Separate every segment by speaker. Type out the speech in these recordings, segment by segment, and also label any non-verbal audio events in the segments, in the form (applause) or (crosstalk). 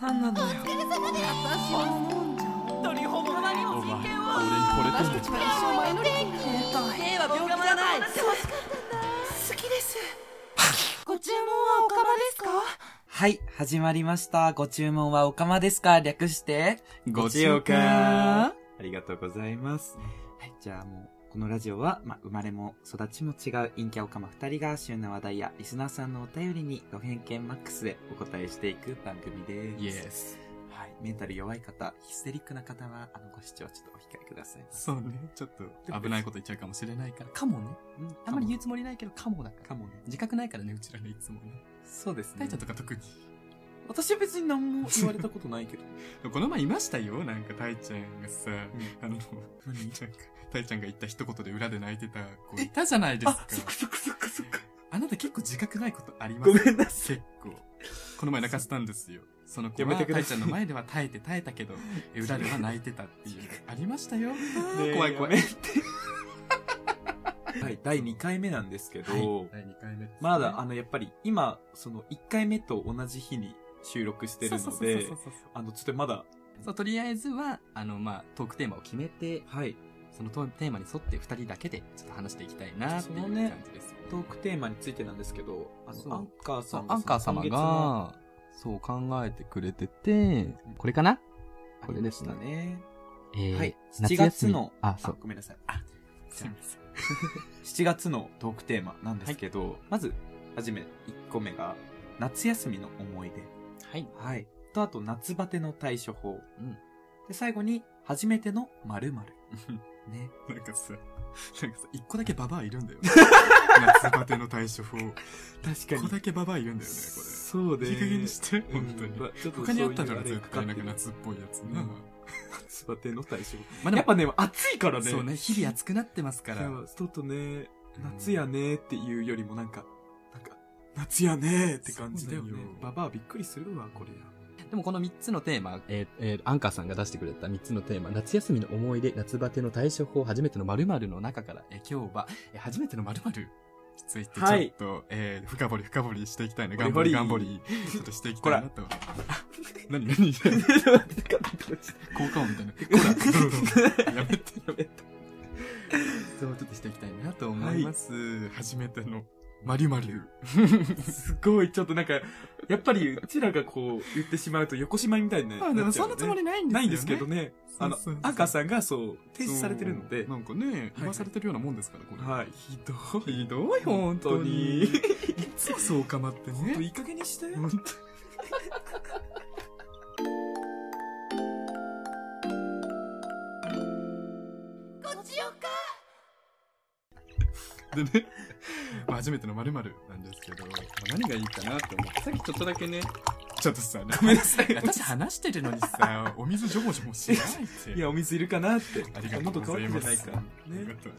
Speaker 1: 何なのよ私は飲んじゃおう
Speaker 2: 取りほぼまにも人権を
Speaker 3: 俺に惚れて
Speaker 1: 私
Speaker 3: ん
Speaker 1: た
Speaker 3: の
Speaker 1: ちは一生前乗りに変えた兵は病気じゃない好きですご注文はおかまですか
Speaker 4: はい、始まりました。ご注文はおかまですか略して。
Speaker 3: ごちようかありがとうございます。はい、じゃあもう、このラジオは、まあ、生まれも育ちも違う陰キャオカマ二人が旬な話題やリスナーさんのお便りにご偏見マックスでお答えしていく番組です。
Speaker 2: イエス
Speaker 3: はい、メンタル弱い方、ヒステリックな方は、あの、ご視聴ちょっとお控えください。
Speaker 2: そうねちょっと危ないこと言っちゃうかもしれないからかもね
Speaker 3: うん、
Speaker 2: あんまり言う
Speaker 3: う
Speaker 2: つもりないけどかもだから
Speaker 3: かもね。
Speaker 2: 自覚ないからねうちらねいつもね
Speaker 3: そうですね
Speaker 2: 大ちゃん。とか特に
Speaker 3: 私は別に何も言われたことないけど。
Speaker 2: この前いましたよなんか大ちゃんがさ
Speaker 3: うん
Speaker 2: あのなんか大ちゃんが言った一言で裏で泣いてた子いたじゃないですか
Speaker 3: そっかそっかそっか。
Speaker 2: あなた結構自覚ないことあります
Speaker 3: ご
Speaker 2: よ
Speaker 3: めんなさい
Speaker 2: 結。構。この前泣かせたんですよ。その子
Speaker 3: や
Speaker 2: は、
Speaker 3: めてくだ
Speaker 2: た
Speaker 3: さ
Speaker 2: い
Speaker 3: い
Speaker 2: ちゃんの前では耐えて耐えたけど、え裏では泣いてたって (laughs) いう。ありましたよ。
Speaker 3: ねえ
Speaker 2: 怖い怖い。
Speaker 3: やめて (laughs) はい、第2回目なんですけど、
Speaker 2: 第2回目ですね
Speaker 3: まだあのやっぱり今その1回目と同じ日に収録してる
Speaker 2: そう
Speaker 3: の
Speaker 2: そうそう
Speaker 3: で
Speaker 2: そうそう
Speaker 3: あのちょっとまだ
Speaker 2: そうとりあえずは、あの、まあ、トークテーマを決めて、
Speaker 3: はい
Speaker 2: そのトークテーマに沿って2人だけでちょっと話していきたいなっていう
Speaker 3: そうね
Speaker 2: 感じですよね。
Speaker 3: トークテーマについてなんですけどあ
Speaker 2: そう
Speaker 3: のアンカー
Speaker 2: そ
Speaker 3: さ
Speaker 2: うん
Speaker 3: が
Speaker 2: アンカー様が、そう考えてくれてて、これかな
Speaker 3: こ
Speaker 2: こ
Speaker 3: れ
Speaker 2: れ
Speaker 3: で
Speaker 2: で
Speaker 3: し
Speaker 2: す
Speaker 3: た
Speaker 2: ね
Speaker 3: ね
Speaker 2: えー
Speaker 3: はい
Speaker 2: 夏休
Speaker 3: 7月
Speaker 2: み
Speaker 3: の
Speaker 2: あ、そ
Speaker 3: あ
Speaker 2: う。
Speaker 3: ごめんなさいあ
Speaker 2: すいません。
Speaker 3: 7月のトークテーマなんですけど、まずはじめ1個目が夏休みの思い出
Speaker 2: はい。
Speaker 3: はいとあと夏バテの対処法、
Speaker 2: うん
Speaker 3: で最後に初めての〇〇 (laughs) ね
Speaker 2: なんかさ、なんかさ、一個だけババアいるんだ (laughs) よね。夏バテの対処法。
Speaker 3: 確
Speaker 2: 一個だけババアいるんだよね、
Speaker 3: そう
Speaker 2: これ。
Speaker 3: で
Speaker 2: いい加減にして、本当
Speaker 3: うんま
Speaker 2: に。
Speaker 3: あちょっと
Speaker 2: 他にあったか
Speaker 3: そ
Speaker 2: ら
Speaker 3: ういう
Speaker 2: 絶対
Speaker 3: あれ
Speaker 2: なく
Speaker 3: かかって
Speaker 2: 夏っぽいやつ
Speaker 3: う
Speaker 2: ね
Speaker 3: ん。夏バテの対処法
Speaker 2: まあ
Speaker 3: やっぱね、暑いからね。
Speaker 2: そうね、日々暑くなってますか。
Speaker 3: だからら、ちょっとね、夏やねっていうよりもなんか、なんか、夏やねって感じだよね
Speaker 2: そうだよ。
Speaker 3: ババアびっくりするわ、これや。
Speaker 2: でもこの3つのテーマ、えーえーアンカーさんが出してくれた3つのテーマ、夏休みの思い出、夏バテの対処法、初めての〇〇の中から、えー今日は、えー初めての〇〇についてちょっと、
Speaker 3: はい
Speaker 2: えー深掘り深掘りしていきたいな、
Speaker 3: 掘
Speaker 2: 頑
Speaker 3: り
Speaker 2: 張
Speaker 3: 掘り
Speaker 2: り頑張り、ちょっとしていきたいな (laughs) と。何何効果音みたいな。こら、ドロドロ。やめて、やめて。そう、ちょっとしていきたいなと思います。初めての、まるまる。
Speaker 3: すごい、ちょっとなんか、やっぱり、うちらがこう、言ってしまうと横島みたいになっちゃうよね、
Speaker 2: ないん
Speaker 3: ないんですけどね。あの
Speaker 2: そうそうそう、
Speaker 3: 赤さんがそう、提示されてるの
Speaker 2: そ、
Speaker 3: で
Speaker 2: うなんかね、言わされてるようなもんですから、これ。
Speaker 3: はい、ひどい。
Speaker 2: ひどい、本当に。い
Speaker 3: 本
Speaker 2: つもそうかまって
Speaker 3: 当にほんと
Speaker 2: ね。
Speaker 3: いい加減にして。
Speaker 2: 本当に
Speaker 1: こっちよか
Speaker 2: でね、 (laughs) まあ、初めてのまるなんですけど、まあ何がいいかなって思って、さっきちょっとだけね、ちょっとさ、ごめんなさい。私話してるのにさ、 (laughs) お水ジョボジョボしないって。
Speaker 3: (laughs) いや、お水いるかなって。
Speaker 2: ありがとうございます。
Speaker 3: 元乾くじゃないか。ね。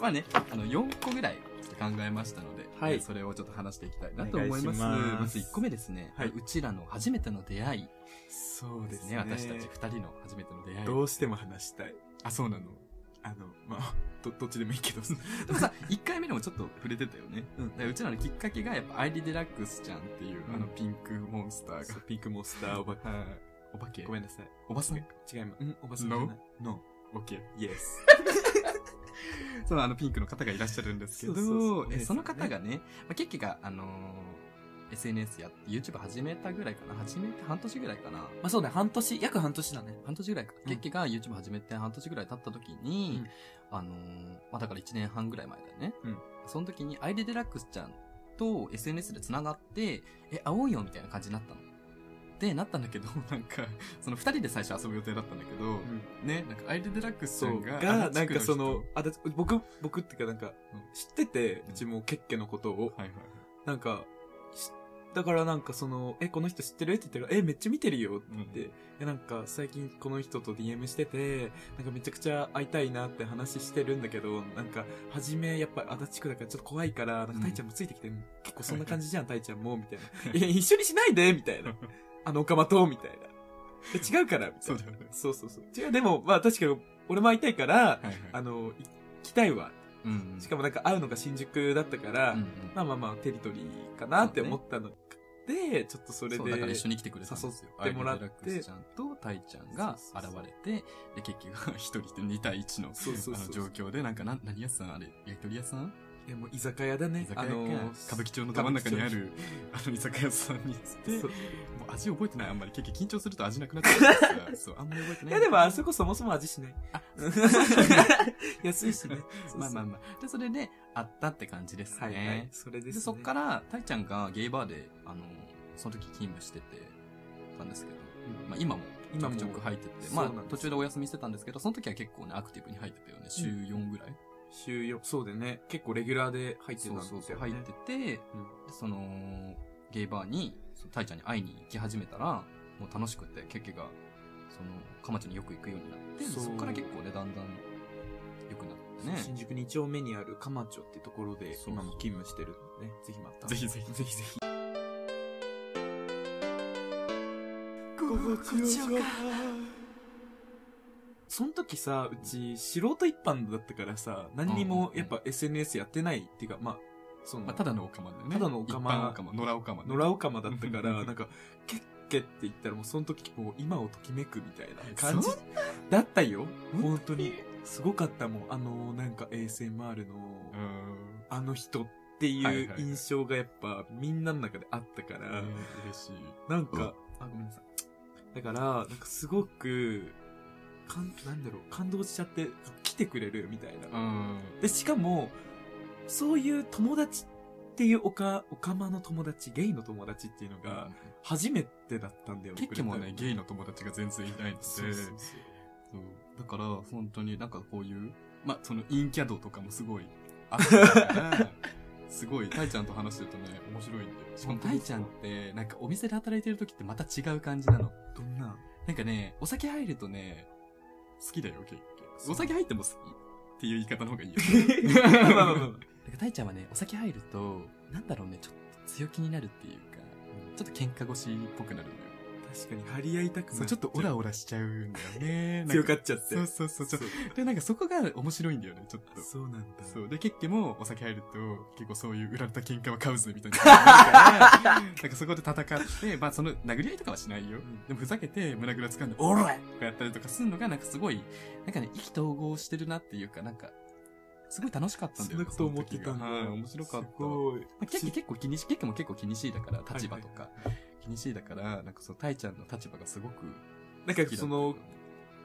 Speaker 2: まあね、あの、4個ぐらい考えましたので、
Speaker 3: はい
Speaker 2: えーそれをちょっと話していきたいなと思います。
Speaker 3: お願
Speaker 2: ま
Speaker 3: いし
Speaker 2: ず
Speaker 3: ます
Speaker 2: 1個目ですね、
Speaker 3: はいう
Speaker 2: ちらの初めての出会い
Speaker 3: そう
Speaker 2: で
Speaker 3: ですす
Speaker 2: ね。
Speaker 3: ね。
Speaker 2: 私たち2人の初めての出会い。
Speaker 3: どうしても話したい。
Speaker 2: あ、そうなの。
Speaker 3: あの、まあ、 (laughs) ど、どっちでもいいけど。
Speaker 2: でもさ、1回目でもちょっと触れてたよね。
Speaker 3: うん
Speaker 2: だからうちらのきっかけが、やっぱアイリー・デラックスちゃんっていう、
Speaker 3: うん
Speaker 2: あのピンクモンスター
Speaker 3: そ
Speaker 2: が
Speaker 3: う。ピンクモンスターおば
Speaker 2: はい、お化け
Speaker 3: ごめんなさい。
Speaker 2: おばさん
Speaker 3: 違います。うん、おばさんじゃない。No。
Speaker 2: オッケー。
Speaker 3: Yes。
Speaker 2: そう、あのピンクの方がいらっしゃるんですけど、
Speaker 3: そうそうそうお姉さん
Speaker 2: え
Speaker 3: ね
Speaker 2: その方がね、まあ、ケッキが、あのー SNS やって、YouTube 始めたぐらいかな始めて半年ぐらいかな
Speaker 3: まあそうね、半年、約半年だね。
Speaker 2: 半年ぐらいか。
Speaker 3: うん
Speaker 2: ケッキが YouTube 始めて半年ぐらい経った時に、あのーまあ、だから1年半ぐらい前だね。
Speaker 3: うん
Speaker 2: その時に、アイデデラックスちゃんと SNS で繋がって、え、会おうよみたいな感じになったの。で、なったんだけど、 (laughs) なんか、その二人で最初遊ぶ予定だったんだけど、ね、なんか、アイデデラックスちゃ
Speaker 3: そ
Speaker 2: ん
Speaker 3: う。
Speaker 2: が、
Speaker 3: が、
Speaker 2: 足立
Speaker 3: なん
Speaker 2: 区
Speaker 3: かその
Speaker 2: 人、
Speaker 3: あだ僕、僕っていうかなんか
Speaker 2: うん、
Speaker 3: 知ってて、
Speaker 2: うん
Speaker 3: うちもケッケのことを、
Speaker 2: はいはいはい。
Speaker 3: なんか、しだからなんかその、え、この人知ってるって言ったら、え、めっちゃ見てるよって言って、
Speaker 2: うん
Speaker 3: えなんか最近この人と DM してて、なんかめちゃくちゃ会いたいなって話してるんだけど、なんか、初めやっぱ足立区だからちょっと怖いから、なんかタイちゃんもついてきて、結構そんな感じじゃん、タイちゃんも、みたいな。
Speaker 2: (laughs)
Speaker 3: いや、一緒にしないでみたいな。あのオカマと、みたいな。え違うから、みた
Speaker 2: そ
Speaker 3: いうな
Speaker 2: だ。よね。
Speaker 3: そうそうそう。違う、でも、まあ確かに、俺も会いたいから、
Speaker 2: はいはい。
Speaker 3: あの、行きたいわ。
Speaker 2: うん
Speaker 3: しかもなんか会うのが新宿だったから、
Speaker 2: うんうん
Speaker 3: まあまあまあ、テリトリーかなって思ったの。で、ちょっとそれで。
Speaker 2: そう、だから一緒に来てくれたんですよ。
Speaker 3: 誘ってもらって
Speaker 2: アイドルデラックスちゃんとタイちゃんが現れて、で、結局一人で2対1の、
Speaker 3: そうそう
Speaker 2: あ
Speaker 3: そ
Speaker 2: の
Speaker 3: う。
Speaker 2: 状況で、なんか、なん、何屋さんあれ、焼き鳥屋さん
Speaker 3: え、もう居酒屋だね
Speaker 2: 居。酒
Speaker 3: あ
Speaker 2: 屋か、
Speaker 3: の
Speaker 2: 歌舞伎町のど真ん中にある、あの居酒屋さんに行って、
Speaker 3: そう
Speaker 2: もう味覚えてない、あんまり。結局緊張すると味なくなっちゃうから、
Speaker 3: (laughs)
Speaker 2: そう、あんまり覚えてないい。
Speaker 3: やでもあそこそもそも味しない。 (laughs) 安いしね。
Speaker 2: まあまあ
Speaker 3: ま
Speaker 2: まあ。で、それで、あったって感じですね。
Speaker 3: はいはい。それで、
Speaker 2: です
Speaker 3: ね。
Speaker 2: そっから、たいちゃんがゲイバーで、あの、その時勤務してて、たんですけど、まあ今も、
Speaker 3: 今も
Speaker 2: ちょくちょく入ってて、
Speaker 3: そう
Speaker 2: ま
Speaker 3: な
Speaker 2: あ
Speaker 3: んです
Speaker 2: 途中でお休みしてたんですけど、その時は結構ね、アクティブに入ってたよね。週4ぐらい、
Speaker 3: 週4。そうでね。結構レギュラーで入って
Speaker 2: そう
Speaker 3: たんです
Speaker 2: そう
Speaker 3: よ、ね。
Speaker 2: そう、入ってて、でその、ゲイバーに、そのたいちゃんに会いに行き始めたら、もう楽しくて、ケケが、その、かまちによく行くようになって、
Speaker 3: そ
Speaker 2: そうっから結構ね、だんだん、良くなってね。
Speaker 3: 新宿2丁目にある釜町ってところで
Speaker 2: そうそう
Speaker 3: 今も勤務してるのでねぜひまた
Speaker 2: ぜひぜひ
Speaker 3: ぜひぜひ
Speaker 1: ごごちよか
Speaker 3: その時さうち素人一般だったからさ何にもやっぱ SNS やってないっていうかまあその、
Speaker 2: まあ、ただのオカマだよね。
Speaker 3: ただのオカマ
Speaker 2: 一般オカマ、野良オカマ、ね。
Speaker 3: 野良オカマだったからなんか「ケッケ」って言ったらもうその時もう今をときめくみたいな感じ
Speaker 2: そん
Speaker 3: だったよ
Speaker 2: 本当に
Speaker 3: 本当にすごかったもんあのなんか ASMR の、
Speaker 2: うーん。
Speaker 3: あの人って
Speaker 2: はい
Speaker 3: い
Speaker 2: はいうはい
Speaker 3: 印象がやっぱみんなの中であったか
Speaker 2: え
Speaker 3: ら、
Speaker 2: ー嬉しい。
Speaker 3: なんか、あ、ごめんなさい。だから、なんかすごく、かん、なんだろう、感動しちゃって、来てくれるみたいな。
Speaker 2: ん。
Speaker 3: で、しかも、そういう友達っていうおか、おかまの友達、ゲイの友達っていうのが、初めてだったんだよ
Speaker 2: 結局もね、ゲイ
Speaker 3: の。
Speaker 2: の友達が全然いないので、
Speaker 3: そうそうそう。
Speaker 2: そうだから、本当になんかこういう、まあ、その陰キャ度とかもす (laughs) ごいあったから、すごい、タイちゃんと話してるとね、面白いんだよ。しかもタイちゃんって、なんかお店で働いてる時ってまた違う感じなの。
Speaker 3: ど
Speaker 2: (laughs)
Speaker 3: んな、
Speaker 2: なんかね、お酒入るとね、好きだよ、結
Speaker 3: そう
Speaker 2: 局。お酒入っても好きっていう言い方の方がいいよ。 (laughs)
Speaker 3: まあまあまあまあ
Speaker 2: なんか大ちゃんはね、お酒入ると、なんだろうね、ちょっと強気になるっていうか、ちょっと喧嘩腰っぽくなるのよ。
Speaker 3: 確かに張り合いたく
Speaker 2: そ
Speaker 3: な
Speaker 2: う、ちょっとオラオラしちゃうんだよ (laughs) ね。
Speaker 3: 強が
Speaker 2: っ
Speaker 3: っちゃって
Speaker 2: そう。そうそう。そうで、なんかそこが面白いんだよね、ちょっと。
Speaker 3: そうなんだ。
Speaker 2: そう。で、結局もお酒入ると、結構そういう売られた喧嘩は買うぜ、み
Speaker 3: (laughs)
Speaker 2: たいな。なんかそこで戦って、まあその殴り合いとかはしないよ。でもふざけて胸ぐら掴んで、おらとかやったりとかするのが、なんかすごい、なんかね、意気投合してるなっていうか、なんか、すごい楽しかったんだよ
Speaker 3: そん
Speaker 2: ね
Speaker 3: なこと思ってた
Speaker 2: そ
Speaker 3: ん
Speaker 2: の時
Speaker 3: だ。
Speaker 2: がはい、面白かった。
Speaker 3: すごい。
Speaker 2: まあ、ケッキ結構気にし、ケッキも結構気にしいだから、立場とか。
Speaker 3: はい
Speaker 2: 気にしいだから、なんかその、タイちゃんの立場がすごく
Speaker 3: なんかその、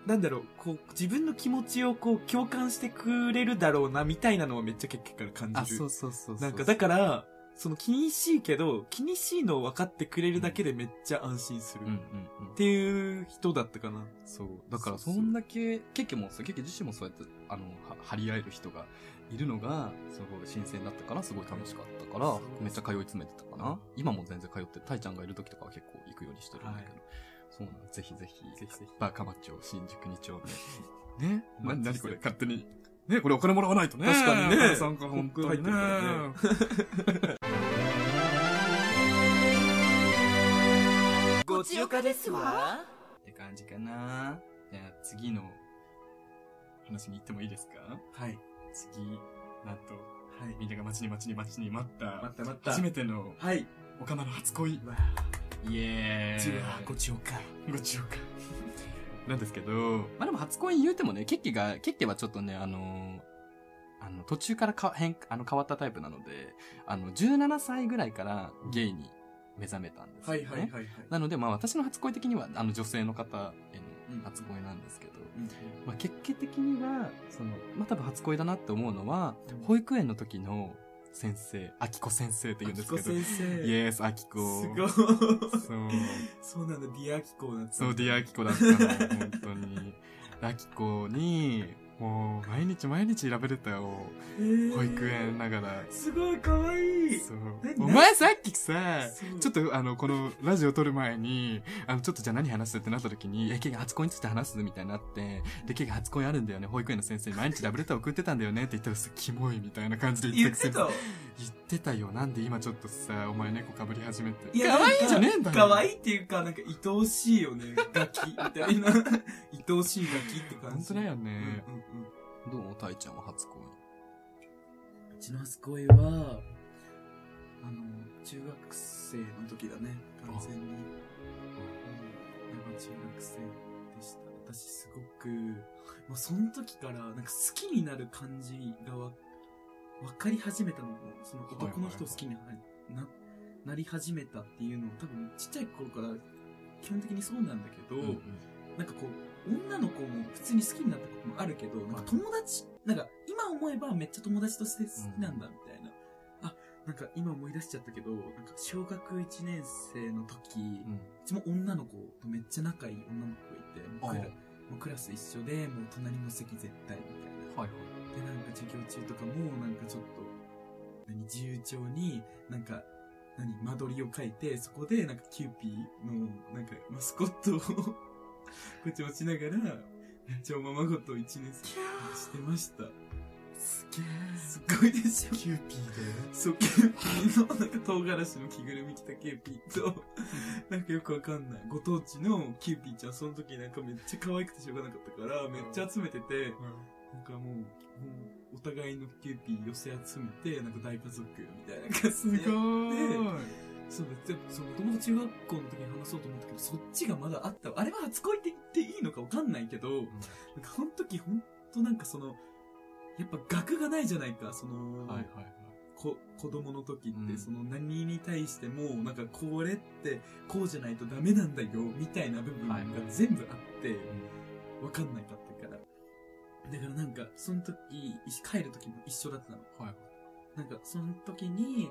Speaker 3: なんだろう、こう、自分の気持ちをこう、共感してくれるだろうな、みたいなのをめっちゃ結局から感じ
Speaker 2: あ、
Speaker 3: る。
Speaker 2: そうそうそうそう。
Speaker 3: なんか、だから、その気にしいけど、気にしいのを分かってくれるだけでめっちゃ安心する。
Speaker 2: うんうん
Speaker 3: っ
Speaker 2: うん。
Speaker 3: ていう人だったかな。
Speaker 2: そう。だから、
Speaker 3: そ
Speaker 2: そう
Speaker 3: そうん
Speaker 2: だけ、ケッキもそう、ケッキ自身もそうやって、あの、は張り合える人がいるのが、すごい新鮮だったから、すごい楽しかったから
Speaker 3: そう、
Speaker 2: めっちゃ通い詰めてたかな。今も全然通って、タイちゃんがいる時とかは結構行くようにしてるんだけど。そうなの、ぜひぜひ。
Speaker 3: ぜひぜひ。
Speaker 2: バカマッチョ、新宿2丁目。ねな、
Speaker 3: うん
Speaker 2: なにこれ、勝手に。ねこれお金もらわないとね。
Speaker 3: 確かにね
Speaker 2: お金さんから本当にね。
Speaker 3: 本当に入っ
Speaker 1: ごちよかですわ
Speaker 2: って感じかな。じゃあ次の話に行ってもいいですか
Speaker 3: はい。
Speaker 2: 次、なんと、みんなが待ちに待ちに待ちに待った、
Speaker 3: 待った待った
Speaker 2: 初めての、
Speaker 3: はい。
Speaker 2: おかまの初恋。イ
Speaker 3: わ
Speaker 2: エーイ。
Speaker 3: ちはごちよか。
Speaker 2: ごちよか。なんですけど、まあでも初恋言うてもね、ケッキが、ケッキはちょっとね、あのーあの、途中からか変、あの、変わったタイプなので、あの、17歳ぐらいからゲイに目覚めたんですよ、ね。
Speaker 3: はい。
Speaker 2: なので、まあ私の初恋的には、あの、女性の方へ
Speaker 3: うん
Speaker 2: の初恋なんですけど、まあ結果的には、その、まあ多分初恋だなって思うのは、保育園の時の先生、あきこ先生って言うんですけど、
Speaker 3: 先生。
Speaker 2: (laughs) イエース、あきこ。
Speaker 3: すごい。
Speaker 2: そう。
Speaker 3: そうなんだ、ディアキコなんだ
Speaker 2: そう、ディアアキコだったの、本当に。アキコに、もう、毎日毎日ラブレターを、保育園ながら、
Speaker 3: すごいかわいい
Speaker 2: そう
Speaker 3: 何。
Speaker 2: お前さっきさ、
Speaker 3: そう
Speaker 2: ちょっと、あの、この、ラジオ撮る前に、あの、ちょっとじゃあ何話すってなった時に、え、ケイが初恋について話すみたいになって、で、ケイが初恋あるんだよね、保育園の先生に毎日ラブレター送ってたんだよねって言ったらさ、キモいみたいな感じで
Speaker 3: 言っ
Speaker 2: く
Speaker 3: て
Speaker 2: せに
Speaker 3: た
Speaker 2: 言ってたよ。なんで今ちょっとさ、お前猫かぶり始めて。
Speaker 3: いや
Speaker 2: 可愛いじゃねえんだよ。
Speaker 3: 可愛いっていうか、なんか愛おしいよね。ガキみたいな。 (laughs) 愛おしいガキって感じ。
Speaker 2: 本当だよね
Speaker 3: うんうんうん
Speaker 2: どうタイちゃんは初恋。
Speaker 3: うちの初恋は、あの、中学生の時だね、完全に。うんあれは中学生でした。私すごく、もうその時から、なんか好きになる感じがわ、分かり始めたのも、その男の人を好きにな,、ななり始めたっていうのを多分ちっちゃい頃から基本的にそうなんだけど、
Speaker 2: うんうん
Speaker 3: なんかこう、女の子も普通に好きになったこともあるけど、なんか友達、なんか今思えばめっちゃ友達として好きなんだみたいな。あ、なんか今思い出しちゃったけど、なんか小学1年生の時、う
Speaker 2: うん
Speaker 3: ちも女の子とめっちゃ仲いい女の子がいて、もうクラ
Speaker 2: あ
Speaker 3: もうクラス一緒で、もう隣の席絶対みたいな。
Speaker 2: はいはい。
Speaker 3: で、なんか授業中とかも、なんかちょっと、何、自由帳に、なんか、何、間取りを書いて、そこで、なんか、キューピーの、なんか、マスコットを、 (laughs) 誇張しながら、めっちゃおままごとを一年生してました。すげえ。すごいでしょ。
Speaker 2: キューピーで。
Speaker 3: そう、キューピーの、なんか、唐辛子の着ぐるみ着たキューピーと、なんかよくわかんない。ご当地のキューピーちゃん、その時なんかめっちゃ可愛くてしょうがなかったから、めっちゃ集めてて、なんかもう、もうお互いのキューピー寄せ集めて、なんか大家族みたいな感じ
Speaker 2: すご
Speaker 3: で。
Speaker 2: ーい。
Speaker 3: そうだ、でもその、もともと中学校の時に話そうと思ったけど、そっちがまだあった。あれは初恋って言っていいのかわかんないけど、なんかその時ほんとなんかその、やっぱ学がないじゃないか、その、
Speaker 2: はいはいはい。
Speaker 3: こ子供の時って、
Speaker 2: うん
Speaker 3: その何に対しても、なんかこれってこうじゃないとダメなんだよ、みたいな部分が
Speaker 2: はい
Speaker 3: 全部あって、わかんないかったから。だからなんか、その時、い帰る時も一緒だったの。
Speaker 2: はい。
Speaker 3: なんか、その時に、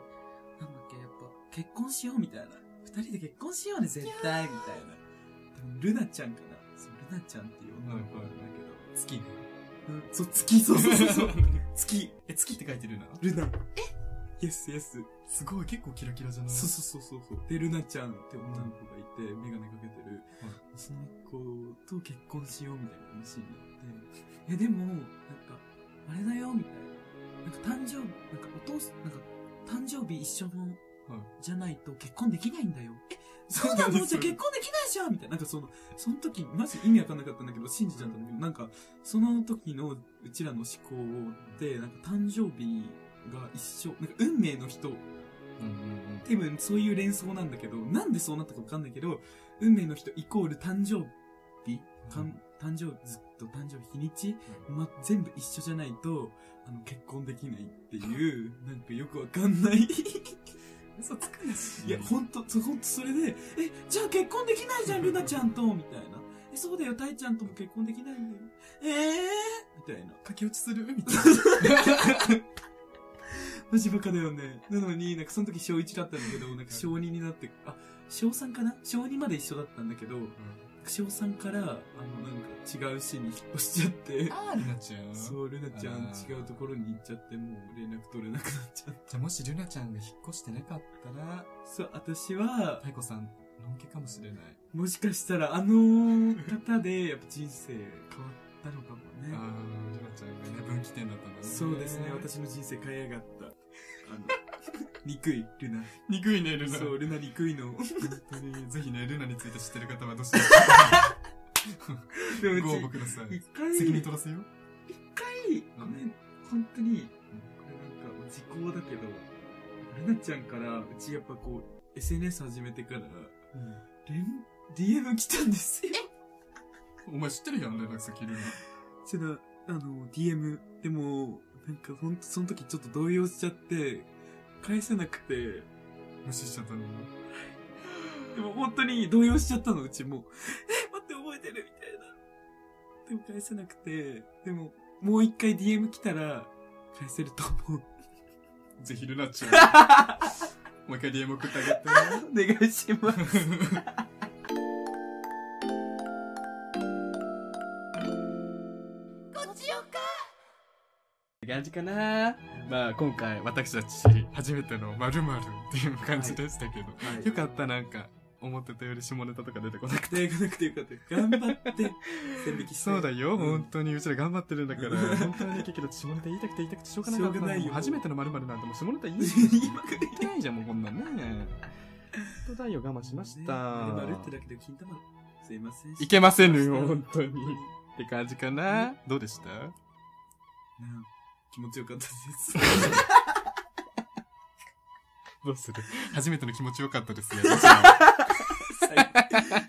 Speaker 3: なんだっけ、やっぱ、結婚しようみたいな。二人で結婚しようね、絶対みたいな。多分ルナちゃんかな。そう、ルナちゃんっていう女の子なんだけど。
Speaker 2: 月ね。
Speaker 3: うん、そう、月、そうそうそうそう。月、
Speaker 2: え、月って書いてるな。
Speaker 3: ルナ。えイエスイエス。
Speaker 2: すごい、結構キラキラじゃない
Speaker 3: そうそうそうそうそう。で、ルナちゃんって女の子がいて、メガネかけてる。
Speaker 2: はい
Speaker 3: その子と結婚しようみたいな話になって。え、でも、なんか、あれだよ、みたいな。なんか誕生日、なんかお父さん、なんか、誕生日一緒の、
Speaker 2: はい
Speaker 3: じゃないと結婚できないんだよ。え、そうな
Speaker 2: そう
Speaker 3: の
Speaker 2: なんです
Speaker 3: じゃ
Speaker 2: よ
Speaker 3: あ結婚できないじゃんみたいな。なんかその、その時、マジ意味わかんなかったんだけど、信じちゃったんだけど、なんか、その時のうちらの思考で、なんか誕生日が一緒、なんか運命の人
Speaker 2: うんうん
Speaker 3: 多分そういう連想なんだけど、なんでそうなったかわかんないけど、運命の人イコール誕生日、かん誕生ずっと誕生日日にち、
Speaker 2: うん。
Speaker 3: ま、全部一緒じゃないと、あの、結婚できないっていう、なんかよくわかんない。 (laughs) 嘘つくなしいや、ほんと、そほんとそれで、え、じゃあ結婚できないじゃん、ルナちゃんと、みたいな。え、そうだよ、タイちゃんとも結婚できないんだよ。ええー、みたいな。
Speaker 2: 駆け落ちするみ (laughs) たいな。
Speaker 3: マジバカだよね。なのに、なんかその時小1だったんだけど、なんか小2になって、あ、小3かな小2まで一緒だったんだけど、小3から、あの、なんか違う市に引っ越しちゃって、
Speaker 2: あー、ルナちゃん。
Speaker 3: そう、ルナちゃん
Speaker 2: あー
Speaker 3: 違うところに行っちゃって、もう連絡取れなくなっちゃって。
Speaker 2: じゃあもしルナちゃんが引っ越してなかったら、
Speaker 3: そう、私は、
Speaker 2: タイコさん、のんけかもしれない。
Speaker 3: もしかしたらあの方で、やっぱ人生変わったのかも
Speaker 2: あー、ル
Speaker 3: ね。
Speaker 2: ナちゃんがね、分岐点だったんだね。
Speaker 3: そうですね、。私の人生変えやがった。あの、憎い、ルナ。
Speaker 2: 憎いね、ルナ。
Speaker 3: そう、ルナ憎いの。
Speaker 2: 本当に、ぜひね、ルナについて知ってる方はどうしても
Speaker 3: でもうち
Speaker 2: ご応募ください
Speaker 3: 一。回、
Speaker 2: 責任取らせよ。
Speaker 3: 一回、ごめん、本当に、これなんか、時効だけど、ルナちゃんから、うちやっぱこう、SNS 始めてから、レン、DM 来たんですよ。
Speaker 2: お前知ってるやん、連絡先 (laughs) ルナ。
Speaker 3: その、あの、DM。でも、なんかほんと、その時ちょっと動揺しちゃって、返せなくて、
Speaker 2: 無視しちゃったのに。
Speaker 3: でも本当に動揺しちゃったの、うちも。え、待って、覚えてるみたいな。でも返せなくて、でも、もう一回 DM 来たら、返せると思う。 (laughs)
Speaker 2: ぜひルナ (laughs) ちゃん。もう一回 DM 送ってあげて。
Speaker 3: お願いします。
Speaker 1: ごちよか
Speaker 2: 感じかな (laughs) まあ今回私たち初めてのまるっていう感じでしたけど、
Speaker 3: はい
Speaker 2: よかったなんか思ってたより下ネタとか出てこなくて
Speaker 3: 大学なくてよかった。頑
Speaker 2: (laughs)
Speaker 3: 張って、線引きして。
Speaker 2: そうだよ、
Speaker 3: うん
Speaker 2: 本当にうちら頑張ってるんだから
Speaker 3: うん
Speaker 2: 本当にね結局下ネタ言いたくて言いたくてしょうがなかった
Speaker 3: しょうがないよ
Speaker 2: もう初めてのまるなんてもう下ネタ言い
Speaker 3: 言
Speaker 2: (laughs) 言
Speaker 3: いまくり
Speaker 2: ってないじゃんもうこん (laughs) なんね本当だよ我慢しました、
Speaker 3: ね丸々ってだけで金玉。すいません。
Speaker 2: いけませんよ
Speaker 3: そう
Speaker 2: 本当にって感じかな、どうでした (laughs)
Speaker 3: うん気持ちよかったです。
Speaker 2: どうする初めての気持ちよかった (laughs) ですよ。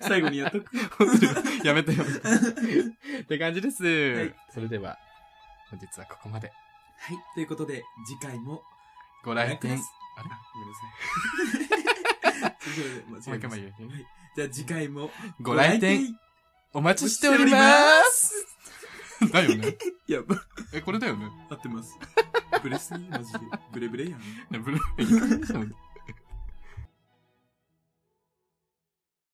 Speaker 3: 最後にやっとく。
Speaker 2: どうするやめて (laughs) やめて。って感じです。
Speaker 3: い
Speaker 2: それでは、本日はここまで。
Speaker 3: はい。ということで、次回も。
Speaker 2: ご来
Speaker 3: ご覧
Speaker 2: 店
Speaker 3: くだ。さ
Speaker 2: あれ
Speaker 3: いあ、ごめんなさい。すいません間
Speaker 2: もう
Speaker 3: 違
Speaker 2: 一回
Speaker 3: えま (laughs)
Speaker 2: も
Speaker 3: し
Speaker 2: 言う
Speaker 3: たはいじゃあ次回も。
Speaker 2: ご来店、お待ちしておりまーす。だよね。
Speaker 3: や (laughs) ば。
Speaker 2: え、これだよね。
Speaker 3: 合ってます。ブレすぎマジで。ブレブレやん。
Speaker 2: (laughs) ねブルーベリー。